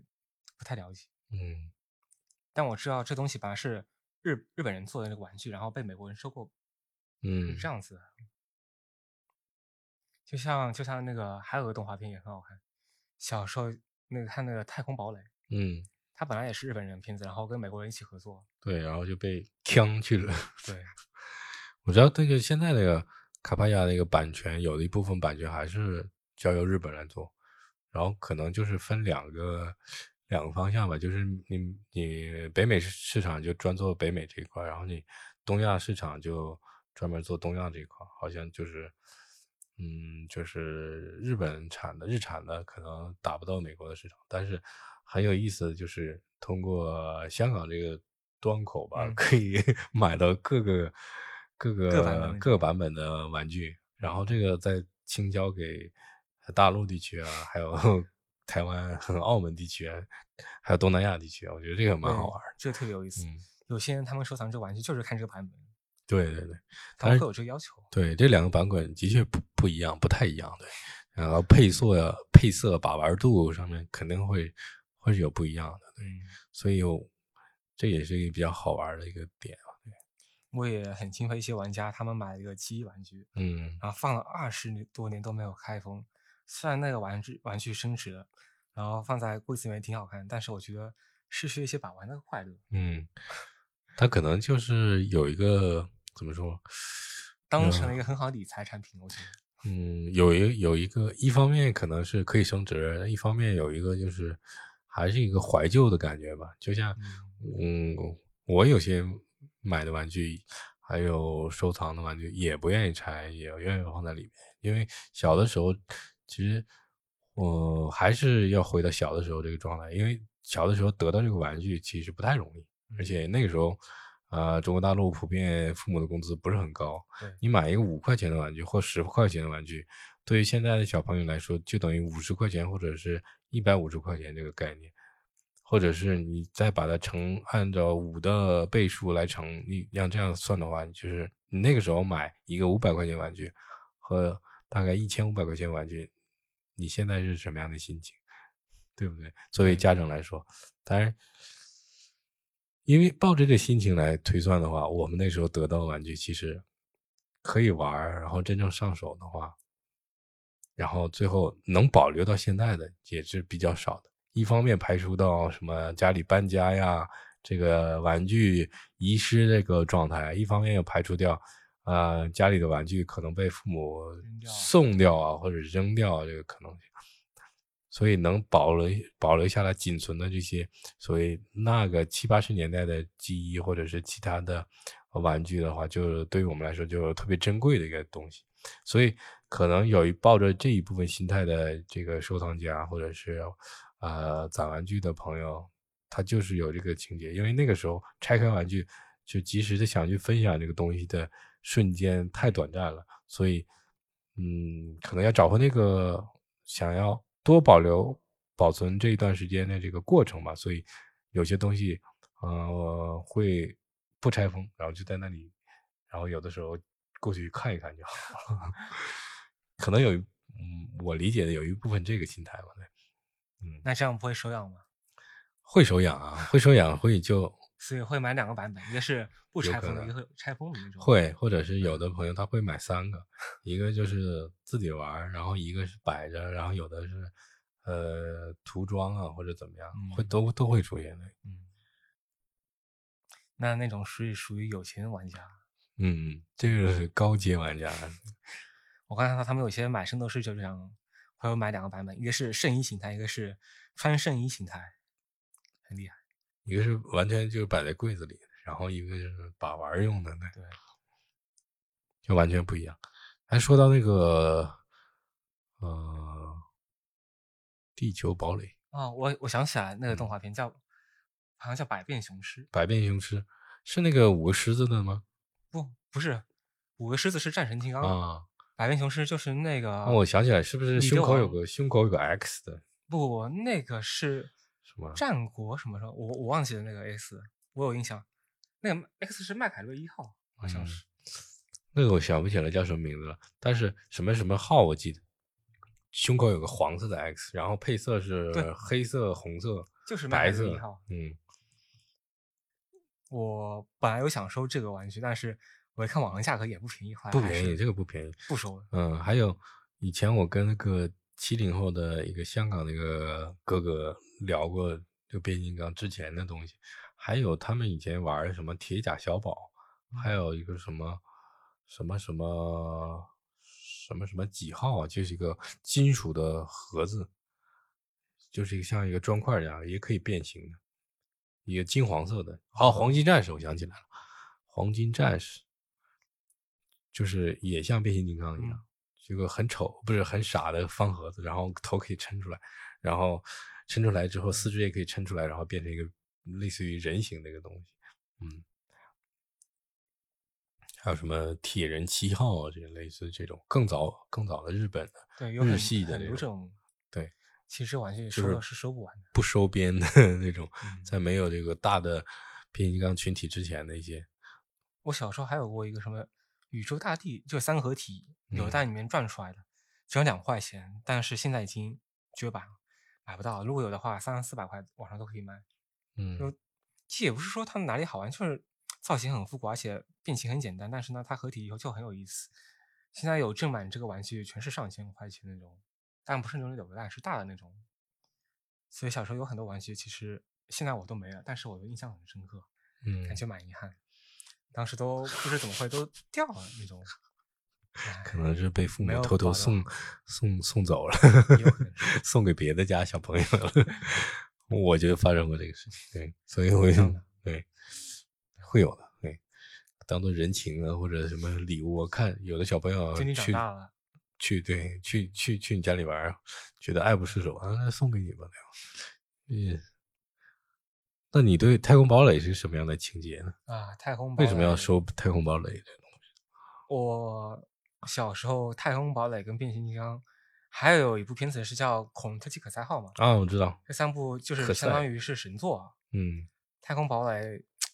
S2: 不太了解。
S5: 嗯
S2: 但我知道这东西本来是日日本人做的那个玩具，然后被美国人收购，
S5: 嗯
S2: 是这样子的。就像就像那个还有个动画片也很好看，小时候那个看那个《太空堡垒》，
S5: 嗯，
S2: 它本来也是日本人的片子，然后跟美国人一起合作。
S5: 对，然后就被 呛去了。
S2: 对，
S5: 我知道那个现在那个卡帕亚那个版权，有的一部分版权还是交由日本来做，然后可能就是分两个两个方向吧，就是你你北美市市场就专做北美这一块儿，然后你东亚市场就专门做东亚这一块儿，好像就是。嗯，就是日本产的，日产的可能打不到美国的市场，但是很有意思的就是通过香港这个端口吧，
S2: 嗯
S5: 可以 买到各个各个
S2: 各版本的
S5: 各版本的玩具，然后这个再倾销给大陆地区啊，还有 台湾、澳门地区，啊还有东南亚地区啊，我觉得这个蛮好
S2: 对
S5: 玩儿的。
S2: 这个特别有意思。
S5: 嗯，
S2: 有些人他们收藏这个玩具就是看这个版本，
S5: 对对对。
S2: 他
S5: 但
S2: 们
S5: 是
S2: 会有这个要求。
S5: 对，这两个版本的确不不一样，不太一样。对，然后配色呀、配色、把玩度上面肯定会会是有不一样的。对，
S2: 嗯，
S5: 所以有这也是一个比较好玩的一个点啊。
S2: 我也很钦佩一些玩家，他们买了一个记忆玩具，
S5: 嗯
S2: 然后放了二十年多年都没有开封。虽然那个玩具玩具升值了，然后放在柜子里面挺好看，但是我觉得失去了一些把玩的快乐。
S5: 嗯，它可能就是有一个怎么说？
S2: 当成了一个很好的理财产品，我觉得。
S5: 嗯，有一有一个，一方面可能是可以升值，一方面有一个就是还是一个怀旧的感觉吧。就像，嗯，我有些买的玩具，还有收藏的玩具，也不愿意拆，也愿意放在里面，因为小的时候，其实我还是要回到小的时候这个状态，因为小的时候得到这个玩具其实不太容易，而且那个时候。呃，中国大陆普遍父母的工资不是很高，你买一个五块钱的玩具或十块钱的玩具，对于现在的小朋友来说，就等于五十块钱或者是一百五十块钱这个概念，或者是你再把它乘按照五的倍数来乘，你要这样算的话，就是你那个时候买一个五百块钱玩具和大概一千五百块钱玩具，你现在是什么样的心情，对不对？作为家长来说，当然。因为抱着这心情来推算的话，我们那时候得到的玩具其实可以玩儿，然后真正上手的话，然后最后能保留到现在的也是比较少的。一方面排除到什么家里搬家呀，这个玩具遗失这个状态；一方面又排除掉，呃，家里的玩具可能被父母
S2: 扔掉
S5: 送掉啊，或者扔掉啊这个可能性。所以能保留保留下来仅存的这些所谓那个七八十年代的记忆，或者是其他的玩具的话，就是对于我们来说就是特别珍贵的一个东西。所以可能有一抱着这一部分心态的这个收藏家或者是呃攒玩具的朋友，他就是有这个情节，因为那个时候拆开玩具，就及时的想去分享这个东西的瞬间太短暂了，所以嗯，可能要找回那个想要多保留保存这一段时间的这个过程吧，所以有些东西呃会不拆封，然后就在那里，然后有的时候过去看一看就好了。 可能有一，嗯，我理解的有一部分这个心态吧，对，嗯，
S2: 那这样不会手痒吗？
S5: 会手痒啊，会手痒会就
S2: 所以会买两个版本，一个是不
S5: 有
S2: 拆
S5: 可
S2: 封的，一
S5: 能
S2: 个会拆封的那种。
S5: 会，或者是有
S2: 嗯
S5: 的朋友他会买三个，一个就是自己玩儿，然后一个是摆着，然后有的是呃涂装啊或者怎么样，会
S2: 嗯
S5: 都都会出现的，
S2: 嗯，那那种属于属于有钱玩家。
S5: 嗯，这个是高阶玩家，
S2: 我看到他们有些买圣斗士就这样，会有买两个版本，一个是圣衣形态，一个是穿圣衣形态，很厉害。
S5: 一个是完全就是摆在柜子里，然后一个就是把玩儿用的那
S2: 对，
S5: 就完全不一样。哎，说到那个，呃，地球堡垒、
S2: 哦，我我想起来
S5: 嗯
S2: 那个动画片叫，好像叫《百变雄狮》，
S5: 百变雄狮，是那个五个狮子的吗？
S2: 不不是，五个狮子是战神金刚，
S5: 啊，哦
S2: 百变雄狮就是那个。
S5: 那我想起来，是不是
S2: 啊你
S5: 胸
S2: 就
S5: 口有
S2: 往
S5: 个胸口有个 X 的
S2: 不不，那个是
S5: 什么？
S2: 战国什么时候？我我忘记了那个 X，我有印象，那个 X 是麦凯瑞一号，好像
S5: 嗯
S2: 是。
S5: 那个我想不起来叫什么名字了，但是什么什么号我记得，胸口有个黄色的 X，然后配色是
S2: 对
S5: 黑色、红色、
S2: 就是麦
S5: 白
S2: 凯瑞
S5: 色
S2: 一号。，
S5: 嗯，
S2: 我本来有想收这个玩具，但是我一看网上价格也不便宜，后来
S5: 不
S2: 还
S5: 便
S2: 是
S5: 宜，这个不便宜。
S2: 不收了。
S5: 嗯，还有以前我跟那个七零后的一个香港的一个哥哥聊过，就变形金刚之前的东西，还有他们以前玩的什么铁甲小宝，还有一个什么什么什么什么什么几号啊，就是一个金属的盒子，就是一个像一个砖块一样，也可以变形的，一个金黄色的。哦，黄金战士，我想起来了，黄金战士就是也像变形金刚一样，这个很丑，不是很傻的方盒子，然后头可以抻出来，然后抻出来之后四肢也可以抻出来，然后变成一个类似于人形的一个东西。嗯，还有什么铁人七号啊，这类似这种更早更早的日本的
S2: 对，有
S5: 日
S2: 很
S5: 系的
S2: 很
S5: 那
S2: 多这
S5: 种
S2: 种，
S5: 对，
S2: 其实玩具
S5: 就
S2: 收
S5: 是
S2: 了是收不完的。
S5: 不收编的 那种，
S2: 嗯
S5: 在没有这个大的变形金刚群体之前的一些，
S2: 我小时候还有过一个什么宇宙大帝，就三合体，有
S5: 嗯
S2: 在里面转出来的，只要两块钱，但是现在已经绝版了，买不到。如果有的话，三四百块网上都可以卖。
S5: 嗯，
S2: 其实也不是说它哪里好玩，就是造型很复古，而且变形很简单。但是呢，它合体以后就很有意思。现在有正版这个玩具，全是上千块钱那种，但不是那种扭蛋，是大的那种。所以小时候有很多玩具，其实现在我都没了，但是我的印象很深刻，
S5: 嗯
S2: 感觉蛮遗憾。当时都不知怎么会都掉了那种，唉
S5: 可能是被父
S2: 没
S5: 母
S2: 有
S5: 偷偷
S2: 保留
S5: 送送送走了
S2: 也有可能，
S5: 送给别的家小朋友了。 我就发生过这个事情，对，所以我
S2: 这
S5: 就
S2: 样的
S5: 对会有的，对，当做人情啊或者什么礼物。我看有的小朋友
S2: 最近长
S5: 去
S2: 大了，
S5: 去对去去去你家里玩儿，觉得爱不释手啊，那送给你吧，对吧嗯，那你对太空堡垒是什么样的情节呢？
S2: 啊，太空
S5: 为
S2: 堡
S5: 什么要
S2: 垒
S5: 收太空堡垒这种？
S2: 我小时候，《太空堡垒》跟《变形金刚》，还有一部片子是叫《恐特技可赛号》嘛，
S5: 啊，我知道，
S2: 这三部就
S5: 可
S2: 是相
S5: 赛
S2: 当于是神作。啊。
S5: 嗯
S2: 《太空堡垒》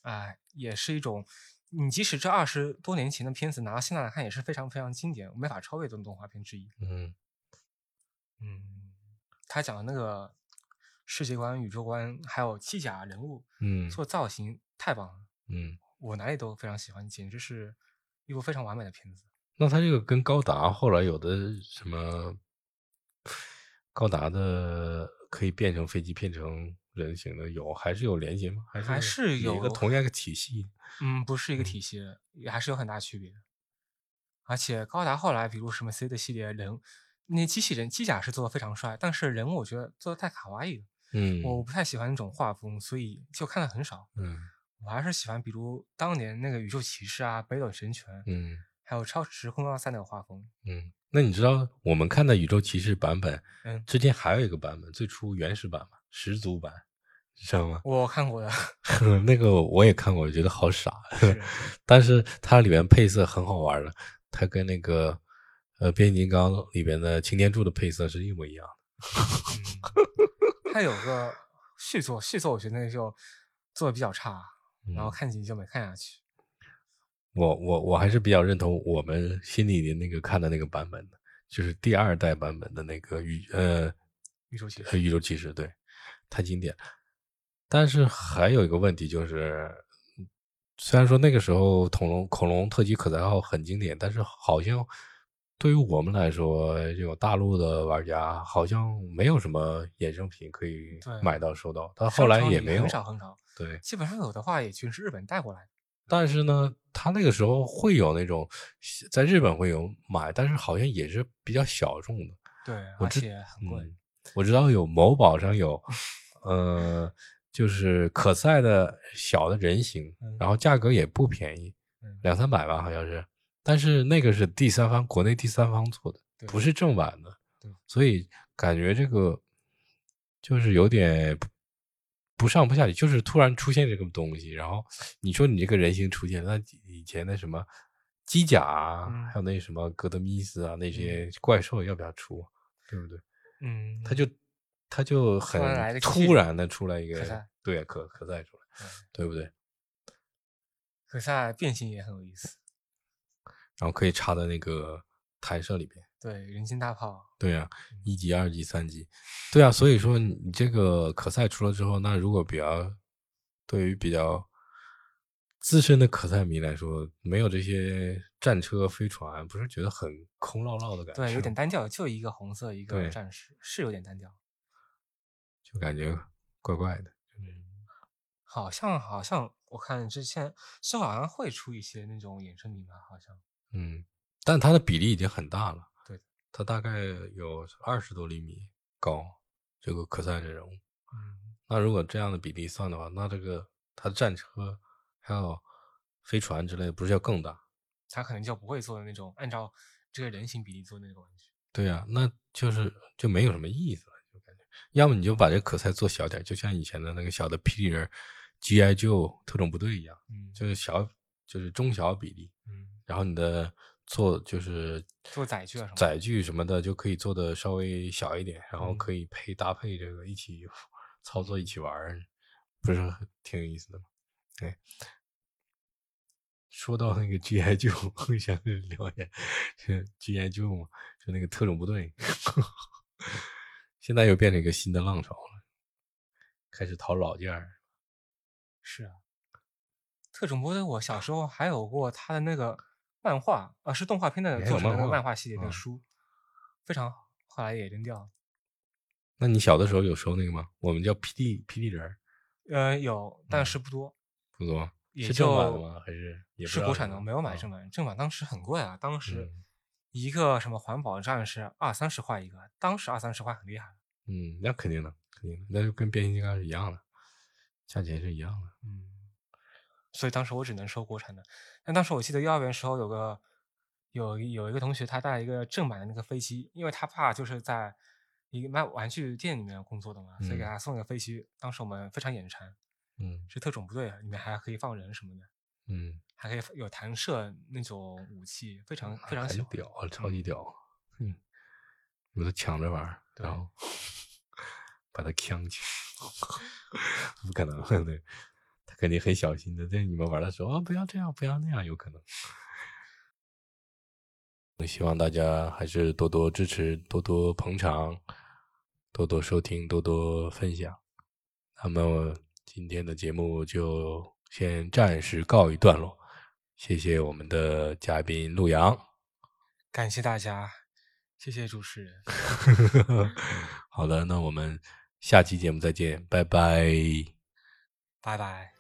S2: 哎、也是一种，你即使这二十多年前的片子拿到现在来看，也是非常非常经典，没法超越的动画片之一。
S5: 嗯
S2: 嗯，他讲的那个世界观、宇宙观，还有机甲人物
S5: 嗯
S2: 做造型，太棒了，
S5: 嗯，
S2: 我哪里都非常喜欢，简直是一部非常完美的片子。
S5: 那他这个跟高达后来有的什么高达的可以变成飞机，变成人形的有还是有联系吗？还是
S2: 还是
S5: 有一个
S2: 有
S5: 同样一个体系？
S2: 嗯，不是一个
S5: 嗯
S2: 体系，也还是有很大区别。而且高达后来，比如什么 C 的系列人，那机器人机甲是做的非常帅，但是人物我觉得做的太卡哇伊了，
S5: 嗯
S2: 我不太喜欢那种画风，所以就看的很少。
S5: 嗯
S2: 我还是喜欢比如当年那个宇宙骑士啊、北斗神拳，
S5: 嗯
S2: 还有超时空要塞那个画风，
S5: 嗯，那你知道我们看的《宇宙骑士》版本，
S2: 嗯
S5: 之前还有一个版本，最初原始版嘛，十足版，你知道吗？
S2: 我看过的，
S5: 那个我也看过，我觉得好傻，啊
S2: 是
S5: 但是它里面配色很好玩的，它跟那个呃变形金刚里边的擎天柱的配色是一模一样的。
S2: 嗯他有个续作，续作我觉得那个就做的比较差，然后
S5: 嗯
S2: 看几集就没看下去。
S5: 我我我还是比较认同我们心里的那个看的那个版本的，就是第二代版本的那个宇呃
S2: 宇 宙骑士
S5: 呃宇宙骑士，对，太经典了。但是还有一个问题就是，虽然说那个时候恐龙恐龙特级可赛号很经典，但是好像对于我们来说，这种大陆的玩家好像没有什么衍生品可以
S2: 对
S5: 买到收到，但
S2: 商
S5: 呃后来
S2: 场
S5: 也
S2: 里
S5: 没有
S2: 很，少很少，
S5: 对。
S2: 基本上有的话也全是日本带过来的。
S5: 但是呢，他那个时候会有那种在日本会有买，但是好像也是比较小众的，
S2: 对，
S5: 我
S2: 而
S5: 知
S2: 且很贵。
S5: 嗯。我知道有某宝 上有，呃，就是可赛的小的人形
S2: 嗯，
S5: 然后价格也不便宜
S2: 嗯，
S5: 两三百吧，好像是。但是那个是第三方，国内第三方做的，
S2: 对
S5: 不是正版的
S2: 对，
S5: 所以感觉这个就是有点不不上不下去，就是突然出现这个东西，然后你说你这个人形出现，那以前的什么机甲啊，
S2: 嗯
S5: 还有那什么哥德米斯啊那些怪兽要不要出，对不对？
S2: 嗯，
S5: 他就他就很
S2: 然来了个剧
S5: 突然的出来一
S2: 可赛
S5: 个对可可赛出来，
S2: 嗯
S5: 对不对？
S2: 可赛变形也很有意思。
S5: 然后可以插在那个弹射里边。
S2: 对，人形大炮，
S5: 对呀、一级、二级、三级，对啊，所以说你你这个可赛出了之后，那如果比较对于比较资深的可赛迷来说，没有这些战车、飞船，不是觉得很空落落的感觉吗？
S2: 对，有点单调，就一个红色，一个
S5: 对
S2: 战士，是有点单调。
S5: 就感觉怪怪的。
S2: 好像好像我看之前是好像会出一些那种衍生品吧，好像
S5: 嗯，但它的比例已经很大了。
S2: 对，
S5: 它大概有二十多厘米高，这个可赛阵容。
S2: 嗯，
S5: 那如果这样的比例算的话，那这个它的战车还有飞船之类的，不是要更大？
S2: 他可能就不会做那种按照这个人形比例做那个玩具。
S5: 对呀、那就是就没有什么意思了，就感觉。要么你就把这可赛做小点儿，就像以前的那个小的霹雳人、G.I. Joe 特种部队一样，
S2: 嗯，
S5: 就是小就是中小比例，
S2: 嗯，
S5: 然后你的做就是
S2: 做载具啊什么的
S5: 载具什么的就可以做的稍微小一点，然后
S2: 嗯
S5: 可以配搭配这个一起操作一起玩儿，不是很挺有意思的吗？对。说到那个 G.I. Joe，我 想聊一下是 G.I. Joe 嘛，就那个特种部队， 现在又变成一个新的浪潮了，开始淘老件儿。
S2: 是啊，特种部队我小时候还有过他的那个漫画，啊，是动画片的
S5: 也
S2: 作
S5: 有
S2: 者的那
S5: 漫
S2: 个
S5: 画
S2: 漫画系列的
S5: 嗯
S2: 书，非常好，后来也扔掉了。
S5: 那你小的时候有收那个吗？我们叫 P.D. P.D. 人儿，
S2: 呃，有，但
S5: 嗯
S2: 是不多，
S5: 不多，
S2: 也
S5: 是正版的
S2: 就
S5: 吗？还是也不知
S2: 是
S5: 道
S2: 国
S5: 是
S2: 产
S5: 吗
S2: 的，没有买
S5: 啊
S2: 正版，正版当时很贵啊，当时
S5: 嗯
S2: 一个什么环保站是二三十块一个，当时二三十块很厉害了。
S5: 嗯，那肯定的，肯定的，那就跟变形金刚是一样的，价钱是一样的。
S2: 嗯，所以当时我只能收国产的。但当时我记得幼儿园时候有个有一有一个同学，他带了一个正版的那个飞机，因为他爸就是在一个卖玩具店里面工作的嘛，所以给
S5: 嗯
S2: 他送了个飞机。当时我们非常眼馋，
S5: 嗯
S2: 是特种部队，啊里面还可以放人什么的，
S5: 嗯，
S2: 还可以有弹射那种武器，非常非常
S5: 很
S2: 喜欢。
S5: 屌啊，超级屌。嗯，我都抢着玩儿，然
S2: 对
S5: 后 把它呛去， 不可能，对，他肯定很小心的。在你们玩的时候啊，不要这样，不要那样，有可能。那希望大家还是多多支持，多多捧场，多多收听，多多分享。那么今天的节目就先暂时告一段落，谢谢我们的嘉宾陆 阳。
S2: 感谢大家，谢谢主持 人。
S5: 好的，那我们下期节目再见，拜拜。
S2: 拜拜。